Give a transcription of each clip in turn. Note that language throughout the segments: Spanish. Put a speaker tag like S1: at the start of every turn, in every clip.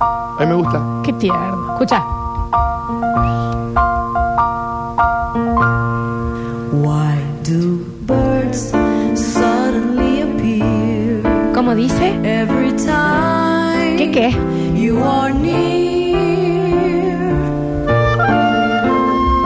S1: A mí me gusta.
S2: Qué tierno. Escucha.
S3: Why do birds suddenly appear
S2: ¿Cómo dice?
S3: every time
S2: ¿Qué qué?
S3: you are near?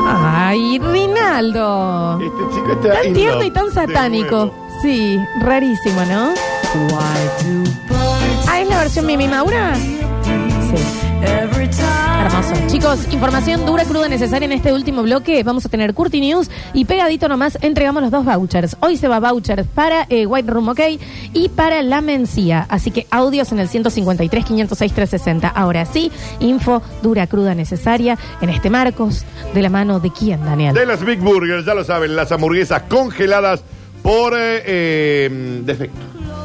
S2: Ay, Rinaldo.
S1: Este chico está.
S2: Tan
S1: in
S2: tierno
S1: love
S2: y tan
S1: de
S2: satánico.
S1: nuevo.
S2: Sí, rarísimo, ¿no?
S3: Why do birds
S2: Ah, es la versión Mimi Maura. Sí.
S3: every time
S2: Hermoso. Chicos, información dura, cruda, necesaria en este último bloque. Vamos a tener Curti News y pegadito nomás entregamos los dos vouchers. Hoy se va vouchers para eh, White Room OK y para La Mencía. Así que audios en el 153 506 360. Ahora sí, info dura, cruda, necesaria en este Marcos. ¿De la mano de quién, Daniel?
S1: De las Big Burgers, ya lo saben, las hamburguesas congeladas por eh, eh, defecto.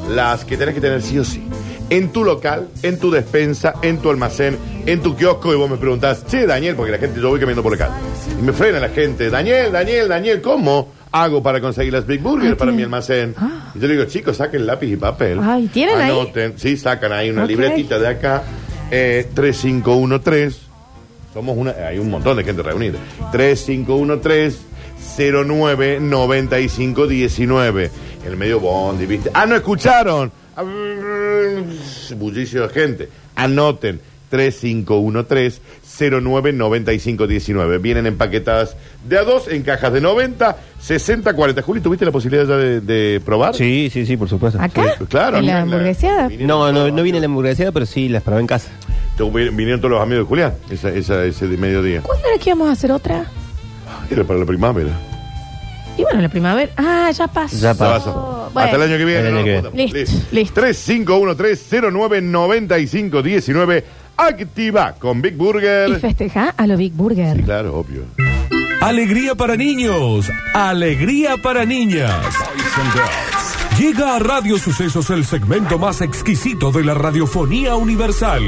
S1: Las que tenés que tener sí o sí. En tu local, en tu despensa, en tu almacén, en tu kiosco, y vos me preguntás, che, Daniel, porque la gente, yo voy caminando por la calle. Y me frena la gente, Daniel, Daniel, Daniel, ¿cómo hago para conseguir las Big
S2: Ah,
S1: Burgers para mi almacén? Y yo le digo, chicos, saquen lápiz y papel.
S2: Ay, ¿tienen ahí?
S1: Anoten. Sí, sacan ahí una
S2: Ok.
S1: libretita de acá, eh, 3513. Somos una, hay un montón de gente reunida. 3513-099519. El medio bondi, ¿viste? Ah, no escucharon. Ah, Bullicio de gente. Anoten. 3513-099519. Vienen empaquetadas de a dos en cajas de 90, 60, 40. Juli, ¿tuviste la posibilidad ya de, de probar?
S4: Sí, sí, sí, por supuesto.
S2: ¿Acá?
S1: Sí, claro.
S2: ¿Eh? ¿En
S1: mira,
S2: la hamburgueseada?
S1: vinieron
S4: No, no,
S1: todos.
S4: no viene la hamburgueseada, pero sí las probé en casa.
S1: Tu- Vinieron todos los amigos de Julián esa, esa- ese de mediodía.
S2: ¿Cuándo era que íbamos a hacer otra?
S1: Era para la primavera.
S2: Y bueno, la primavera. Ah, ya pasó.
S4: Ya
S1: Ya
S4: pasó.
S1: pasó.
S2: Bueno.
S1: Hasta el año que viene.
S4: Hasta el
S1: no
S4: año que
S1: nos
S2: viene.
S1: juntamos.
S2: Listo, listo.
S1: 3513-099519. Activa con Big
S2: Y
S1: Burger.
S2: festeja a lo Big Burger.
S1: Sí, claro, obvio.
S5: Alegría para niños, alegría para niñas. Llega a Radio Sucesos el segmento más exquisito de la radiofonía universal.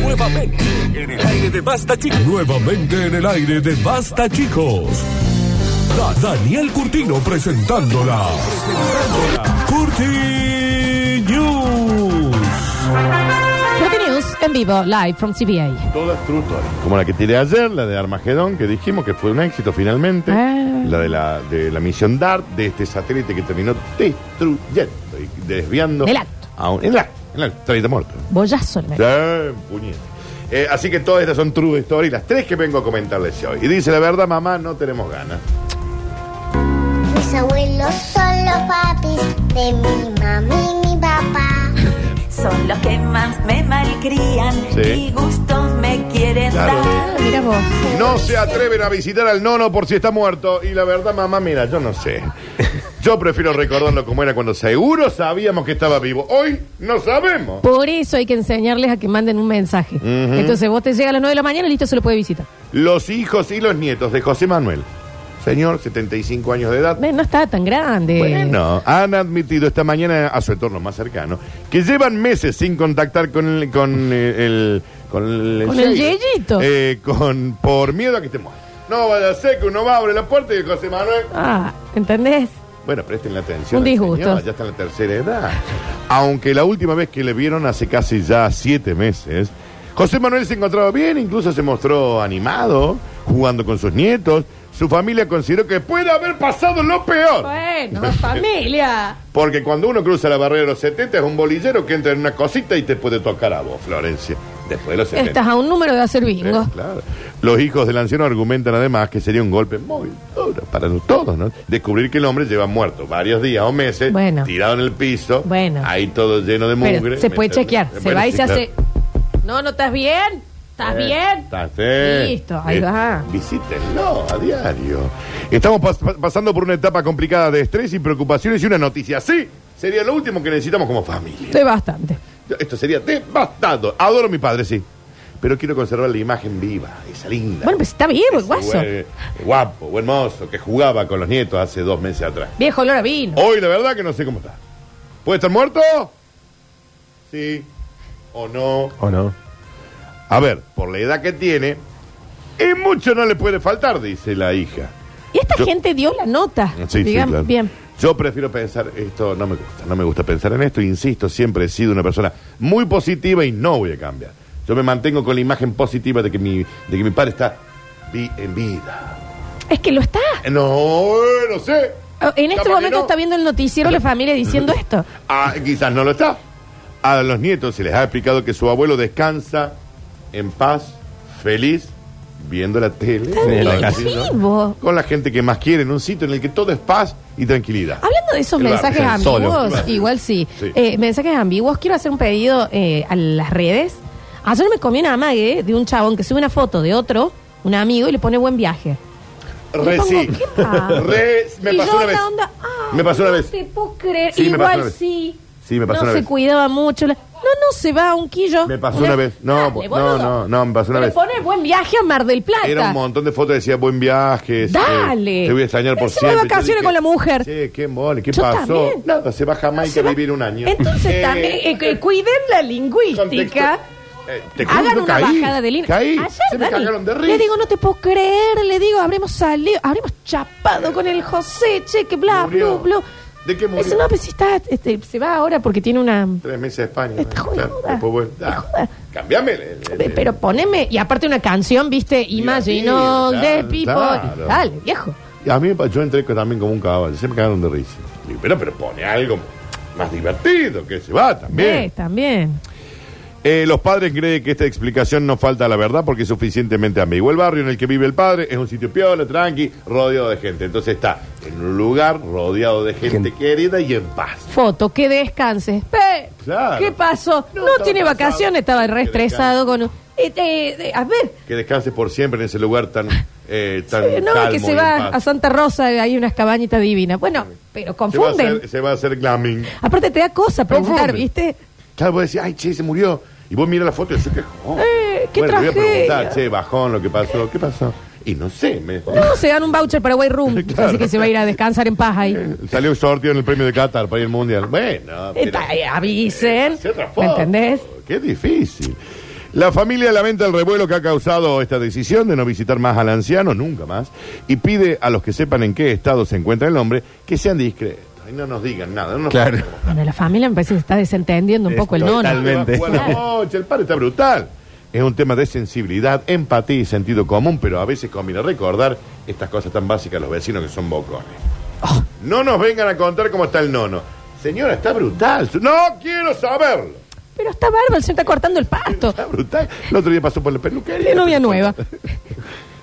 S5: Nuevamente en el aire de Basta Chicos. Nuevamente en el aire de Basta Chicos. Da- Daniel Curtino presentándola. Curti News.
S2: Curti News en vivo, live from CBA.
S1: Todas true story. Como la que tiré ayer, la de Armagedón, que dijimos que fue un éxito finalmente.
S2: Ah.
S1: La de la, de la misión DART, de este satélite que terminó destruyendo y desviando.
S2: El acto.
S1: a un- el acto. El acto. 30 muertos.
S2: Bollazo. el me-
S1: Sí, puñete. Eh, así que todas estas son true story, las tres que vengo a comentarles hoy. Y dice, la verdad, mamá, no tenemos ganas.
S6: Mis abuelos son los papis de mi mami y mi papá.
S7: Son los que más me malcrían
S1: Sí.
S7: y gustos me quieren
S1: Claro.
S7: dar.
S2: Ah, Mira vos.
S1: No se atreven a visitar al nono por si está muerto. Y la verdad, mamá, mira, yo no sé. Yo prefiero recordarlo como era cuando seguro sabíamos que estaba vivo. Hoy no sabemos.
S2: Por eso hay que enseñarles a que manden un mensaje. Entonces vos te llega a las 9 de la mañana y listo, se lo puede visitar.
S1: Los hijos y los nietos de José Manuel. Señor, 75 años de edad.
S2: Ve, No está tan grande.
S1: Bueno, han admitido esta mañana a su entorno más cercano que llevan meses sin contactar con el. con eh, el. con el.
S2: Con el
S1: Yeyo.
S2: yeyito.
S1: Eh, con, por miedo a que te muera. No vaya a ser que uno va, abre la puerta y José Manuel.
S2: Ah, ¿entendés?
S1: Bueno, presten la atención.
S2: Un
S1: al
S2: disgusto.
S1: señor, Ya está en la tercera edad. Aunque la última vez que le vieron hace casi ya siete meses, José Manuel se encontraba bien, incluso se mostró animado, jugando con sus nietos. Su familia consideró que puede haber pasado lo peor.
S2: Bueno, familia.
S1: Porque cuando uno cruza la barrera de los 70 es un bolillero que entra en una cosita y te puede tocar a vos, Florencia. Después de los 70.
S2: Estás a un número de hacer bingo.
S1: Eh, claro. Los hijos del anciano argumentan además que sería un golpe muy duro para todos, ¿no? Descubrir que el hombre lleva muerto varios días o meses,
S2: Bueno.
S1: tirado en el piso,
S2: Bueno.
S1: ahí todo lleno de mugre.
S2: Pero se puede
S1: Mientras-
S2: chequear. Se
S1: Bueno,
S2: va y
S1: sí,
S2: se
S1: claro.
S2: hace. No, no estás bien. ¿Estás bien?
S1: Eh, Está bien.
S2: Listo, ahí
S1: Eh,
S2: va.
S1: Visítenlo a diario. Estamos pas- pa- pasando por una etapa complicada de estrés y preocupaciones y una noticia así sería lo último que necesitamos como familia.
S2: Estoy bastante.
S1: Esto sería devastado. Adoro a mi padre, sí. Pero quiero conservar la imagen viva, esa linda.
S2: Bueno, pues está vivo, el guaso.
S1: Ese güey, Guapo, buen mozo, que jugaba con los nietos hace dos meses atrás.
S2: Viejo olor a vino.
S1: Hoy la verdad que no sé cómo está. ¿Puede estar muerto? Sí. ¿O no?
S4: ¿O no?
S1: A ver, por la edad que tiene, y mucho no le puede faltar, dice la hija.
S2: Y esta
S1: Yo-
S2: gente dio la nota.
S1: Sí, sí,
S2: digamos.
S1: claro.
S2: Bien.
S1: Yo prefiero pensar, esto no me gusta, no me gusta pensar en esto, insisto, siempre he sido una persona muy positiva y no voy a cambiar. Yo me mantengo con la imagen positiva de que mi, de que mi padre está vi- en vida.
S2: Es que lo está.
S1: Eh, No, eh, no sé.
S2: En este
S1: Capaz que
S2: momento
S1: no.
S2: está viendo el noticiero la familia diciendo esto.
S1: Ah, quizás no lo está. A los nietos se les ha explicado que su abuelo descansa en paz, feliz, viendo la tele.
S4: bien,
S1: Con la-
S4: casi.
S2: Vivo.
S1: Con la gente que más quiere, en un sitio en el que todo es paz y tranquilidad.
S2: Hablando de esos
S1: El barrio,
S2: mensajes
S1: el solo.
S2: ambiguos, igual sí.
S1: Sí.
S2: Eh, mensajes ambiguos, quiero hacer un pedido eh, a las redes. Ayer me comí una amague de un chabón que sube una foto de otro, un amigo, y le pone buen viaje.
S1: Re
S2: Pongo,
S1: sí.
S2: ¿qué pasa?
S1: Re- me
S2: Y
S1: pasó
S2: yo
S1: una
S2: en
S1: vez.
S2: la onda, ah,
S1: Me pasó una
S2: no
S1: vez.
S2: te puedo creer.
S1: Sí, me pasó
S2: Igual
S1: una vez.
S2: sí.
S1: Sí, me pasó
S2: no
S1: una
S2: se
S1: vez.
S2: cuidaba mucho. La- No, no se va a un quillo.
S1: Me pasó una vez. No,
S2: Dale,
S1: po- no,
S2: boludo.
S1: no, no, me pasó una vez.
S2: Pero pone buen viaje a Mar del Plata.
S1: Era un montón de fotos que decía buen viaje. este,
S2: Dale.
S1: Te voy a extrañar por
S2: Encima de
S1: siempre. Yo
S2: vacaciones
S1: dije,
S2: con la mujer.
S1: Che, qué mole, ¿qué
S2: Yo
S1: pasó?
S2: también.
S1: Nada, se va a Jamaica
S2: Se
S1: a
S2: va-
S1: vivir un año.
S2: Entonces
S1: Eh,
S2: también eh, que cuiden la lingüística.
S1: contexto. Eh, te juro,
S2: Hagan
S1: yo
S2: una
S1: caí,
S2: bajada de línea.
S1: Caí.
S2: Ayer,
S1: se me
S2: Dani,
S1: cagaron de risa.
S2: Le digo, no te puedo creer. Le digo, habremos salido, habremos chapado con el José, che, que bla, bla,
S1: Murió.
S2: bla.
S1: ¿De qué murió?
S2: Dice, no, pues si está, este, se va ahora porque tiene una.
S1: Tres meses a España.
S2: Esta
S1: ¿no? Claro,
S2: joda.
S1: después vuelvo.
S2: Esta
S1: Ah,
S2: joda.
S1: Cambiame. el- el- el-
S2: Pero poneme, y aparte una canción, viste, Imagine
S1: Divertida,
S2: all the people.
S1: claro.
S2: Dale, viejo.
S1: Y a mí me pa- yo entré co- también como un caballo. Se me cagaron de risa. Digo, pero, pero pone algo más divertido que se va también.
S2: Eh, también.
S1: Eh, los padres creen que esta explicación no falta a la verdad porque es suficientemente ambigua. El barrio en el que vive el padre es un sitio piola, tranqui, rodeado de gente. Entonces está en un lugar rodeado de gente,
S4: Gente.
S1: querida y en paz.
S2: Foto, que descanse. Pe,
S1: Claro.
S2: ¿Qué pasó?
S1: No,
S2: No,
S1: estaba
S2: tiene
S1: cansado.
S2: vacaciones, estaba re
S1: Que
S2: estresado con un. Eh, eh, eh, a ver,
S1: Que descanse por siempre en ese lugar tan, eh, tan
S2: eh, no,
S1: calmo
S2: que
S1: y
S2: se
S1: en
S2: va
S1: paz.
S2: a Santa Rosa, hay unas cabañitas divinas. Bueno, pero
S1: se va, a
S2: confunden.
S1: hacer, se va a hacer glamming.
S2: Aparte te da cosa preguntar,
S1: Confunden.
S2: ¿viste?
S1: Claro, vos decís, ay, che, se murió. Y vos miras la foto y decís, qué jodón.
S2: Eh, qué
S1: bueno, le voy a
S2: tragedia.
S1: preguntar, che, bajón, lo que pasó, ¿qué pasó? Y no sé, me...
S2: No, se dan un voucher para White Room,
S1: Claro.
S2: así que se va a ir a descansar en paz ahí.
S1: Eh, Salió un sorteo en el premio de Qatar para ir al mundial. Bueno, pero-
S2: Está- eh, avisen.
S1: Se otra foto.
S2: ¿Me entendés?
S1: Qué difícil. La familia lamenta el revuelo que ha causado esta decisión de no visitar más al anciano, nunca más, y pide a los que sepan en qué estado se encuentra el hombre que sean discretos y no nos digan nada. No nos
S4: Claro.
S1: contemos.
S2: Bueno, la familia me parece que se está desentendiendo un
S4: Es
S2: poco el nono.
S4: totalmente.
S1: Totalmente. el padre está brutal. Es un tema de sensibilidad, empatía y sentido común, pero a veces conviene recordar estas cosas tan básicas a los vecinos que son bocones.
S2: Oh.
S1: No nos vengan a contar cómo está el nono. Señora, está brutal. No quiero saberlo.
S2: Pero está bárbaro, se está cortando el pasto.
S1: Está brutal. El otro día pasó por la peluquería.
S2: Tiene novia nueva.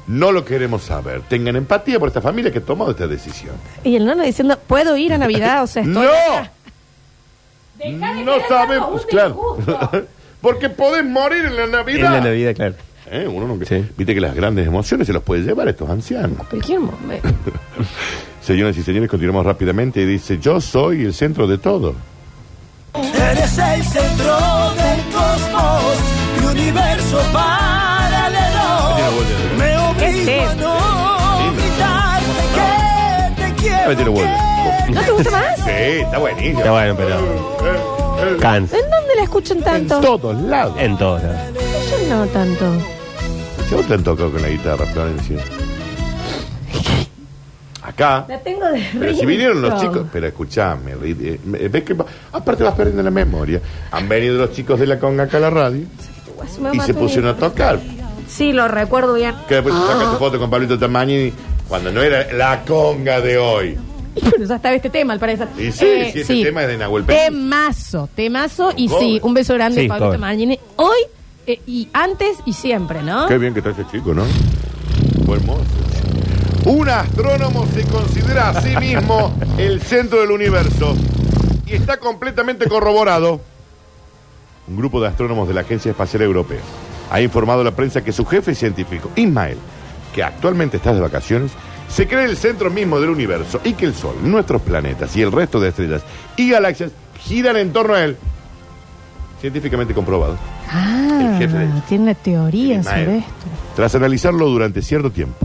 S1: No lo queremos saber. Tengan empatía por esta familia que ha tomado esta decisión.
S2: Y el nono diciendo, ¿puedo ir a Navidad? O sea, estoy
S1: ¡No!
S2: acá.
S1: No sabemos, claro. Porque podés morir en la
S4: En
S1: Navidad.
S4: la Navidad, claro.
S1: Eh, uno nunca-
S4: Sí.
S1: Viste que las grandes emociones se los puede llevar a estos ancianos.
S2: Pero qué hermoso.
S1: Señoras y señores, continuamos rápidamente. Dice, yo soy el centro de todo.
S8: Eres el centro del cosmos, mi universo paralelo. Me obligo a no olvidar que te
S1: Ahí
S8: quiero.
S1: tiene vuelve.
S2: ¿No te gusta más?
S1: Sí, está buenísimo.
S4: Está bueno, pero
S1: Eh, eh,
S4: cansa.
S2: ¿En dónde la escuchan
S1: En
S2: tanto?
S1: todos lados.
S4: En todos lados.
S2: Yo no tanto.
S1: Si a vos te han tocado con la guitarra, Florencia. Acá.
S2: La tengo de
S1: Pero si vinieron los chicos, pero escuchame, Rit- eh, eh, ves que va- aparte vas perdiendo la memoria. Han venido los chicos de la conga acá a la radio y se pusieron a tocar.
S2: Sí, lo recuerdo bien.
S1: Que después sacaste foto con Pablito Tamañi cuando no era la conga de hoy.
S2: Pero ya estaba este tema, al parecer. Eh,
S1: Y sí, sí, este tema es de Nahuel Pérez.
S2: Temazo, temazo. Y
S1: Cover.
S2: sí, un beso grande
S4: Sí,
S2: Pablo
S4: cover.
S2: Tomagnini. Hoy eh, y antes y siempre, ¿no?
S1: Qué bien que está ese chico, ¿no? Fue hermoso. Un astrónomo se considera a sí mismo el centro del universo y está completamente corroborado. Un grupo de astrónomos de la Agencia Espacial Europea ha informado a la prensa que su jefe científico, Ismael, que actualmente está de vacaciones, se cree el centro mismo del universo y que el Sol, nuestros planetas y el resto de estrellas y galaxias giran en torno a él. Científicamente comprobado.
S2: Ah,
S1: El jefe de-
S2: tiene una teoría
S1: Ismael.
S2: sobre esto.
S1: Tras analizarlo durante cierto tiempo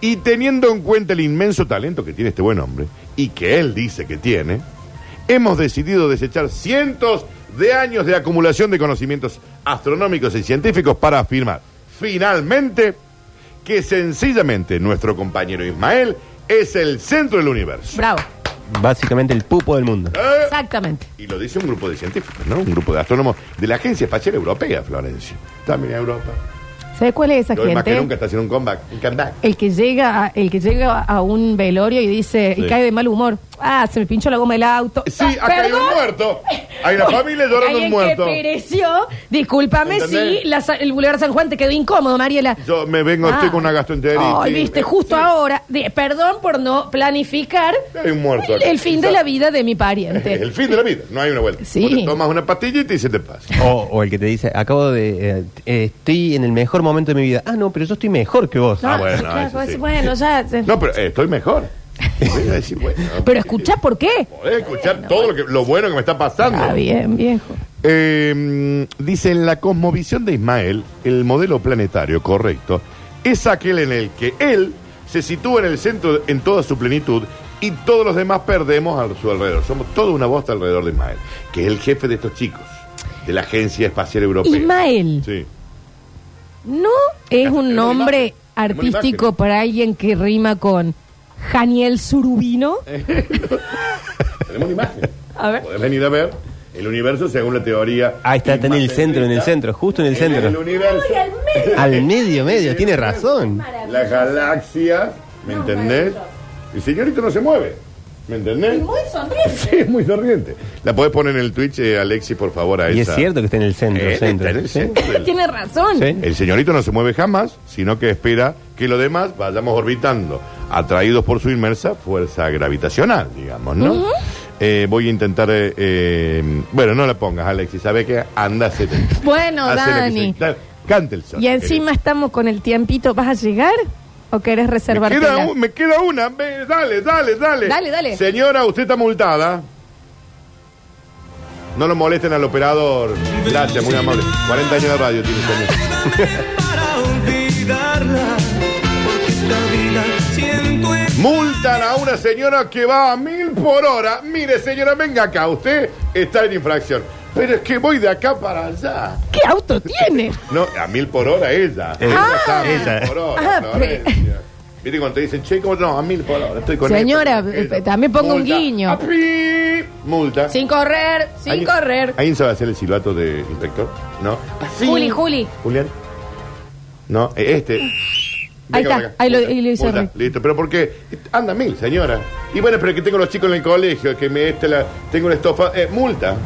S1: y teniendo en cuenta el inmenso talento que tiene este buen hombre y que él dice que tiene, hemos decidido desechar cientos de años de acumulación de conocimientos astronómicos y científicos para afirmar finalmente que sencillamente nuestro compañero Ismael es el centro del universo.
S2: Bravo.
S4: básicamente el pupo del mundo.
S1: Eh.
S2: Exactamente.
S1: Y lo dice un grupo de científicos, ¿no? Un grupo de astrónomos de la Agencia Espacial Europea, Florencia. También Europa.
S2: ¿Sabes cuál es esa
S1: Y hoy más que nunca
S2: gente?
S1: está haciendo un comeback. Un comeback.
S2: El que llega a, el que llega a un velorio y dice, y
S1: Sí.
S2: cae de mal humor. Ah, se me pinchó la goma del auto.
S1: Sí,
S2: Ah,
S1: ha caído
S2: perdón.
S1: un muerto. Hay una familia llorando
S2: Alguien
S1: un muerto.
S2: que pereció. Discúlpame
S1: ¿Entendés?
S2: si la sa- el Boulevard San Juan te quedó incómodo, Mariela.
S1: Yo me vengo,
S2: Ah.
S1: estoy con una gastroenteritis.
S2: Ay, viste, justo
S1: Sí.
S2: ahora. De- perdón por no planificar
S1: Hay un muerto
S2: el,
S1: acá.
S2: el fin de la vida de mi pariente.
S1: El fin de la vida, no hay una vuelta.
S2: Sí.
S1: Vos te tomas una pastillita y se te pasa.
S4: O, o el que te dice, acabo de. eh, eh, estoy en el mejor momento de mi vida. Ah, no, pero yo estoy mejor que vos.
S1: Ah, bueno,
S2: claro,
S1: eso
S2: vos
S1: sí.
S2: decís, bueno, ya. se-
S1: No, pero eh, estoy mejor. Voy a decir, bueno,
S2: Pero escuchá por qué.
S1: Podés escuchar todo lo, que, lo bueno que me está pasando.
S2: Ah, bien, viejo.
S1: Eh, dice, en la cosmovisión de Ismael, el modelo planetario correcto es aquel en el que él se sitúa en el centro en toda su plenitud y todos los demás perdemos a su alrededor. Somos toda una bosta alrededor de Ismael, que es el jefe de estos chicos, de la Agencia Espacial Europea.
S2: Ismael.
S1: Sí.
S2: No es un
S1: Una
S2: nombre
S1: imagen. Una
S2: artístico
S1: imagen.
S2: para alguien que rima con Janiel Surubino.
S1: Eh. Tenemos una imagen.
S2: A ver.
S1: Podés venir a ver el universo según la teoría.
S4: Ahí está, está en el centro, en el centro, justo en el centro.
S1: El universo.
S4: Al medio, medio, tiene razón.
S1: Las galaxias, ¿me entendés? El señorito no se mueve, ¿me entendés?
S2: Muy sonriente.
S1: Sí, es muy sonriente. La podés poner en el Twitch, eh, Alexis, por favor, a
S4: Y es
S1: esa.
S4: cierto que está en el centro.
S1: Eh,
S4: centro.
S1: está en el
S4: Sí.
S1: centro del-
S2: Tiene razón.
S4: Sí.
S1: El señorito no se mueve jamás, sino que espera que lo demás vayamos orbitando, atraídos por su inmersa fuerza gravitacional, digamos, ¿no? Eh, voy a intentar. eh, eh, bueno, no la pongas, Alexis. ¿Sabe qué? Anda, hacete.
S2: Bueno,
S1: Hacé lo que
S2: Dani.
S1: se- da- Cante el sol. Eh,
S2: Y encima estamos con el tiempito. ¿Vas a llegar o querés
S1: Me
S2: reservarte?
S1: queda, un- me queda una. Ve, dale, dale, dale.
S2: Dale, dale.
S1: Señora, usted está multada. No lo molesten al operador. Gracias, muy amable. 40 años de radio tiene señor.
S8: Para olvidarla, porque esta vida siento en
S1: Multan a una señora que va a mil por hora. Mire, señora, venga acá. Usted está en infracción. Pero es que voy de acá para allá.
S2: ¿Qué auto tiene?
S1: No, a mil por hora ella.
S4: Eh,
S1: Ella está a mil
S4: ella.
S1: por hora,
S2: Ah,
S1: Florencia. Viste cuando te dicen, che, ¿cómo no? A mil por hora. Estoy con
S2: Señora,
S1: esto, con aquello.
S2: eh, también ponga un
S1: Multa.
S2: guiño.
S1: Ah, pi. Multa.
S2: Sin correr, sin
S1: ¿Alguien-
S2: correr. Ah,
S1: ¿Alguien sabe hacer el silbato de inspector? ¿No? Así.
S2: Juli, Juli.
S1: Julián. No, eh, este. Venga
S2: Ahí está,
S1: para acá.
S2: ahí lo-
S1: Multa,
S2: ahí lo hice
S1: multa,
S2: re.
S1: Listo, pero ¿por qué? Anda mil, señora. Y bueno, pero que tengo los chicos en el colegio, que me este la, tengo una estofa. Eh, multa.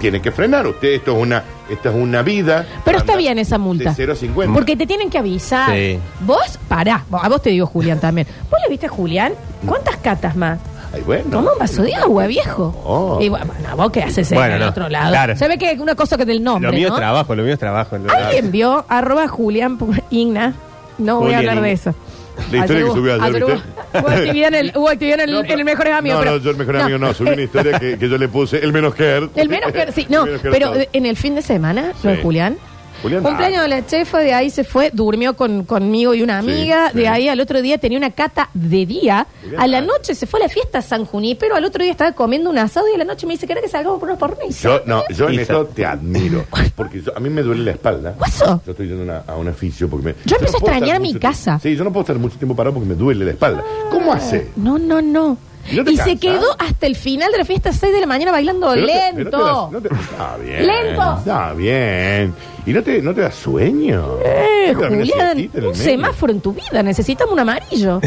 S1: Tiene que frenar usted. Esto es una, esta es una vida.
S2: Pero está
S1: Anda
S2: bien esa multa.
S1: De 0 a 50.
S2: Porque te tienen que avisar.
S4: Sí.
S2: Vos, pará. Vos- A vos te digo Julián también. ¿Vos le viste a Julián? ¿Cuántas catas más?
S1: Ay, bueno.
S2: Toma un vaso de agua, viejo.
S1: Oh.
S2: Y bueno, bueno, vos qué haces en
S4: Bueno,
S2: el
S4: no.
S2: otro lado.
S4: Claro.
S2: Se ve que es una cosa que del nombre.
S4: Lo mío
S2: ¿no?
S4: es trabajo, lo mío es trabajo. lo-
S2: Alguien vio arroba Julián pu- Igna. No voy a
S4: Julián
S2: hablar de
S4: Igna.
S2: eso.
S1: La historia que
S2: hubo-
S1: subió ayer,
S2: hubo,
S1: ¿viste?
S2: hubo actividad en el, hubo actividad en el,
S1: No, pero-
S2: en el Mejores Amigos.
S1: No,
S2: pero-
S1: no, yo el mejor amigo no. Subí
S2: eh,
S1: una historia que, que yo le puse. El menos que
S2: El menos que sí, no, pero eh, en el fin de semana, lo de
S1: Sí.
S2: Julián.
S1: Julián,
S2: Cumpleaños
S1: ah.
S2: de la chefa, de ahí se fue, durmió con, conmigo y una
S1: Sí,
S2: amiga,
S1: sí.
S2: de ahí al otro día tenía una cata de día,
S1: Julián,
S2: a la
S1: ah.
S2: noche se fue a la fiesta a San Juní, pero al otro día estaba comiendo un asado y a la noche me dice, ¿querés que salgamos por unos pornis?
S1: Yo, no, yo en
S4: Isa.
S1: eso te admiro. Porque yo- a mí me duele la espalda.
S2: ¿Guaso?
S1: Yo estoy yendo una- a un oficio porque me.
S2: Yo empecé
S1: no
S2: a
S1: puedo
S2: extrañar
S1: estar
S2: mi
S1: mucho
S2: casa. Ah.
S1: tiempo- Sí, yo no puedo estar mucho tiempo parado porque me duele la espalda. ¿Cómo hace?
S2: No, no, no.
S1: ¿Y no te
S2: Y se
S1: cansa?
S2: quedó hasta el final de la fiesta, 6 de la mañana, bailando
S1: Pero no te- pero no te
S2: lento.
S1: das- no te- está bien.
S2: Lento.
S1: Está bien. ¿Y no te, no te da sueño?
S2: Eh,
S1: ¿No te da una
S2: Julián,
S1: siestita en el
S2: un
S1: medio?
S2: semáforo en tu vida, necesitamos un amarillo.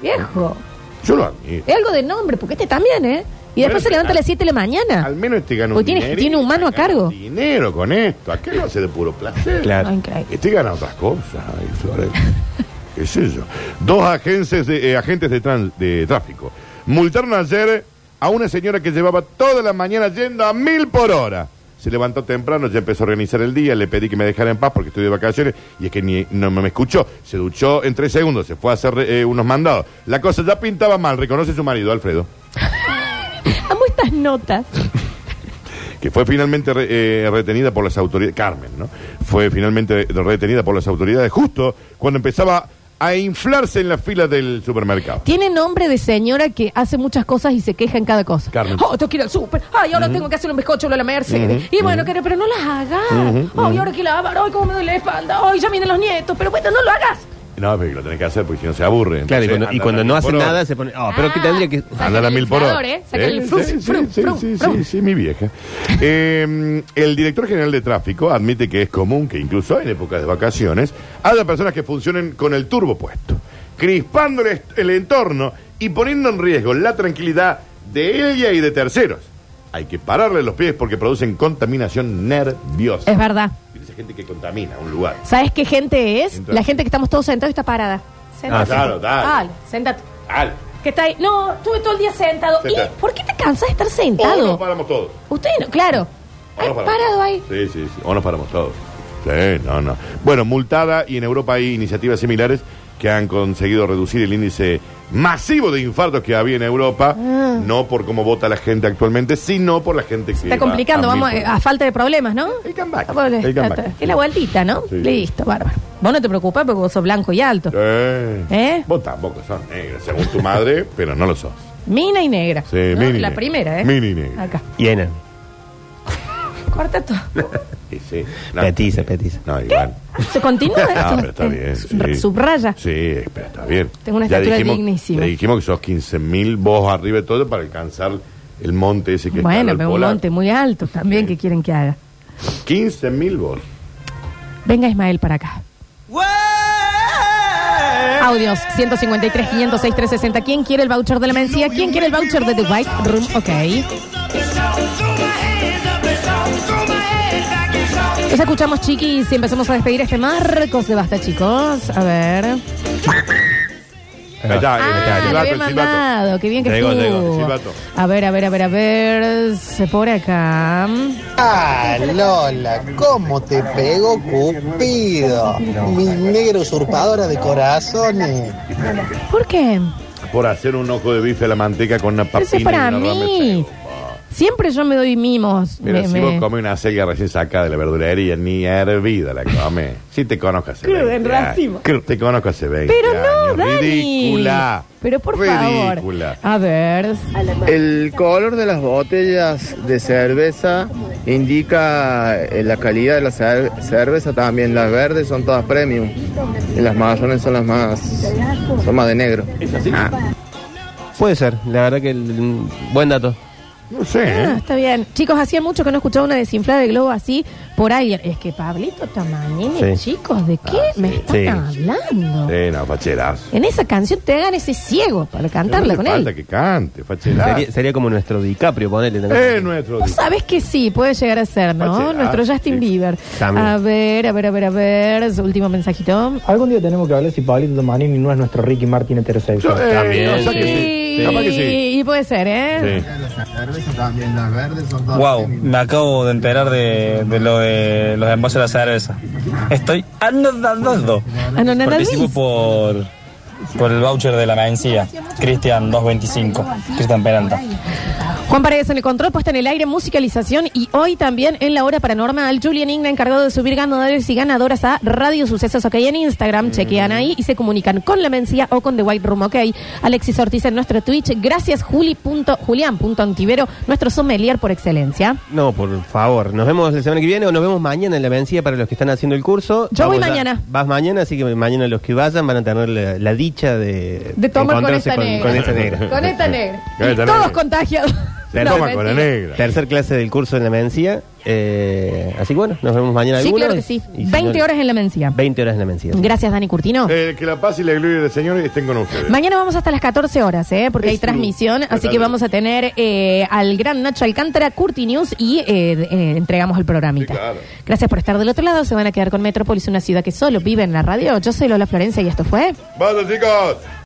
S2: Viejo.
S1: Yo lo admiro.
S2: Es algo de nombre, porque este también, ¿eh? Y
S1: Bueno,
S2: después se levanta a las 7 de la mañana.
S1: Al menos este gana un
S2: Ah. Porque tiene-
S1: dinerito,
S2: tiene un mano a
S1: gana
S2: cargo.
S1: dinero con esto. ¿A qué lo hace de puro placer?
S4: Claro.
S2: Ay, Ah, increíble.
S1: Este gana otras cosas, ay, Florencia. ¿Qué sé yo? Dos agencias de, eh, agentes de, tran- de tráfico multaron ayer a una señora que llevaba toda la mañana yendo a mil por hora. Se levantó temprano, ya empezó a organizar el día, le pedí que me dejara en paz porque estoy de vacaciones y es que ni no me escuchó. Se duchó en tres segundos, se fue a hacer eh, unos mandados. La cosa ya pintaba mal, reconoce su marido, Alfredo.
S2: Amo Ah, estas notas.
S1: que fue finalmente re- eh, retenida por las autoridades, Carmen, ¿no? Fue finalmente retenida por las autoridades justo cuando empezaba a inflarse en la fila del supermercado.
S2: Tiene nombre de señora que hace muchas cosas y se queja en cada cosa.
S1: Carmen.
S2: Oh, tengo que ir al súper. Ay, ahora tengo que hacer un bizcocho a la Mercedes. Y bueno, querido, pero no las hagas. Ay, ahora que lavar. Ay, cómo me duele la espalda. Ay, ya vienen los nietos. Pero bueno, no lo hagas.
S1: No, pero lo tenés que hacer porque si no se aburre.
S4: Claro,
S1: Entonces,
S4: y
S1: anda
S4: cuando, y cuando
S1: a la
S4: no
S1: mil
S4: hacen
S1: por hora.
S4: nada se pone. Ah, pero que tendría que.
S2: Ah.
S1: Andar a mil por hora.
S2: Saca el inflador, ¿eh? Saca
S1: Sí,
S2: el frum,
S1: sí,
S2: frum,
S1: sí,
S2: frum,
S1: sí, sí,
S2: frum.
S1: sí, mi vieja. Eh, el director general de tráfico admite que es común que incluso en épocas de vacaciones haya personas que funcionen con el turbo puesto, crispando el, est- el entorno y poniendo en riesgo la tranquilidad de ella y de terceros. Hay que pararle los pies porque producen contaminación nerviosa.
S2: Es verdad.
S1: Dice gente que contamina un lugar.
S2: ¿Sabes qué gente es?
S1: Entonces.
S2: La gente que estamos todos sentados y está parada.
S1: Ah, claro, dale.
S2: Dale, séntate.
S1: Al.
S2: Que está ahí. No, estuve todo el día sentado.
S1: Sentado.
S2: ¿Y por qué te cansas de estar
S1: O nos
S2: sentado?
S1: paramos todos.
S2: Ustedes no, claro.
S1: O nos
S2: Ay,
S1: paramos.
S2: parado ahí.
S1: Sí, sí, sí. O nos paramos todos. Sí, no, no. Bueno, multada y en Europa hay iniciativas similares que han conseguido reducir el índice masivo de infartos que había en Europa,
S2: Ah.
S1: no por cómo vota la gente actualmente, sino por la gente que...
S2: Está
S1: va
S2: complicando,
S1: a mil
S2: vamos
S1: por
S2: eh,
S1: hora.
S2: a falta de problemas, ¿no?
S1: El comeback,
S2: Ah, bueno,
S1: el
S2: está-
S1: comeback.
S2: está- Es la vueltita, ¿no?
S1: Sí.
S2: Listo, bárbaro. Vos no te preocupes porque vos sos blanco y alto.
S1: Sí.
S2: ¿Eh?
S1: Vos tampoco sos negro, según tu madre, pero no lo sos.
S2: Mina y negra.
S1: Sí,
S2: ¿no?
S1: mini
S2: La
S1: negra.
S2: primera, ¿eh?
S1: Mini negra.
S2: Acá.
S4: Llena.
S2: Corta todo.
S1: Y sí.
S4: Petiza, petiza.
S1: No, igual.
S2: ¿Se continúa esto?
S1: No, Ah, pero está
S2: Eh,
S1: bien.
S2: sub-
S1: sí.
S2: Subraya.
S1: Sí, pero está bien.
S2: Tengo una
S1: Ya
S2: estatura
S1: dijimos-
S2: dignísima.
S1: ya dijimos que sos 15.000 vos arriba de todo para alcanzar el monte ese que está
S2: Bueno,
S1: al
S2: pero un
S1: polar.
S2: monte muy alto también que quieren que haga.
S1: 15.000 vos.
S2: Venga Ismael para acá. Audios 153, 506, 360. ¿Quién quiere el voucher de la mencía? ¿Quién quiere el voucher de The White Room? Ok. Nos escuchamos, chiquis, y empezamos a despedir a este Marcos de Basta, chicos. A ver.
S1: Ahí está, ahí está,
S2: Ah,
S1: el
S2: le
S1: silbato,
S2: había
S1: el silbato.
S2: mandado. Qué bien que
S1: Llegó,
S2: estuvo.
S1: llegó, el silbato.
S2: A ver, a ver, a ver, a ver. Se por acá.
S9: Ah, Lola, ¿cómo te pego Cupido? Mi negra usurpadora de corazones.
S2: ¿Por qué?
S1: Por hacer un ojo de bife a la manteca con una papina.
S2: Eso es
S1: y
S2: para
S1: una rama de
S2: mí.
S1: cebo.
S2: Siempre yo me doy mimos.
S1: Mira,
S2: Me-
S1: si
S2: me-
S1: vos comes una selga recién sacada de la verdulería, ni hervida la comes. Si te conozco hace
S2: Cruda,
S1: 20
S2: en
S1: años.
S2: racimo.
S1: Cruda. Te conozco hace 20
S2: Pero no,
S1: años.
S2: Dani.
S1: Este Ridícula.
S2: Pero por
S1: Ridícula.
S2: favor. A ver.
S9: El color de las botellas de cerveza indica eh, la calidad de la cer- cerveza también. Las verdes son todas premium. Y las marrones son las más. son más de negro. Ah.
S4: Puede ser, la verdad que. el- buen dato.
S1: No sé, ¿eh?
S2: Ah, está bien. Chicos, hacía mucho que no escuchaba una desinflada de globo así por aire. Es que Pablito Tamanini,
S4: Sí.
S2: chicos, ¿de qué me están
S4: sí.
S2: hablando?
S1: Ah, Sí, no, facherazo.
S2: En esa canción te hagan ese ciego para cantarla
S1: No
S2: con
S1: le falta
S2: él.
S1: que cante, facherazo.
S4: Sería, sería como nuestro DiCaprio, ponele. ¿no?
S1: Eh, nuestro.
S2: Vos sabés que sí, puede llegar a ser, ¿no?
S1: Puede ser,
S2: Nuestro
S1: ah,
S2: Justin
S1: sí.
S2: Bieber.
S4: También.
S2: A ver, a ver, a ver, a ver. Su último mensajito.
S9: Algún día tenemos que hablar si Pablito Manini no es nuestro Ricky Martin heterosexual.
S1: También.
S4: Capaz que
S1: sí. eh, Capaz que sí.
S2: Y puede ser, ¿eh?
S1: Sí.
S10: Wow, me acabo de enterar de, de lo de los envases de la cerveza. Estoy anodando.
S2: Ah, Anonadadís.
S10: Participo por, por el voucher de la mencía. Cristian 225. Cristian Peralta.
S2: Juan Paredes en el control, puesta en el aire, musicalización y hoy también en la hora paranormal, Julian Igna encargado de subir ganadores y ganadoras a Radio Sucesos OK en
S1: Mm.
S2: Instagram, chequean ahí y se comunican con la Mencía o con The White Room OK. Alexis Ortiz en nuestro Twitch, gracias Juli punto- Julián punto Antivero, nuestro sommelier por excelencia.
S4: No, por favor. Nos vemos la semana que viene o nos vemos mañana en la vencida para los que están haciendo el curso.
S2: Yo voy
S4: ya-
S2: mañana.
S4: vas mañana, así que mañana los que vayan van a tener la, la dicha de,
S2: De tomar con
S4: encontrarse
S2: esta negra.
S4: con esta negra.
S2: Con esta negra.
S1: Eh, Con
S2: Y
S1: esta
S2: todos
S1: negra.
S2: contagiados.
S1: Se
S2: No,
S1: toma con la
S2: mentira.
S1: negra.
S4: Tercer clase del curso en la mencía. eh, así que bueno, nos vemos mañana
S2: Sí,
S4: algunos.
S2: claro que sí.
S4: Y si
S2: 20
S4: no-
S2: horas en la Mencía.
S4: 20 horas en la mencía. sí.
S2: Gracias, Dani Curtino.
S1: Eh, que la paz y la gloria del Señor estén con ustedes.
S2: Mañana vamos hasta las 14 horas, ¿eh? porque hay
S1: Es
S2: transmisión,
S1: luz,
S2: así que
S1: totalmente.
S2: vamos a tener eh, al gran Nacho Alcántara, Curti News y eh, eh, entregamos el programita.
S1: Sí, claro.
S2: Gracias por estar del otro lado, se van a quedar con Metrópolis, una ciudad que solo vive en la radio. Yo soy Lola Florencia y esto fue...
S1: ¡Vamos, chicos!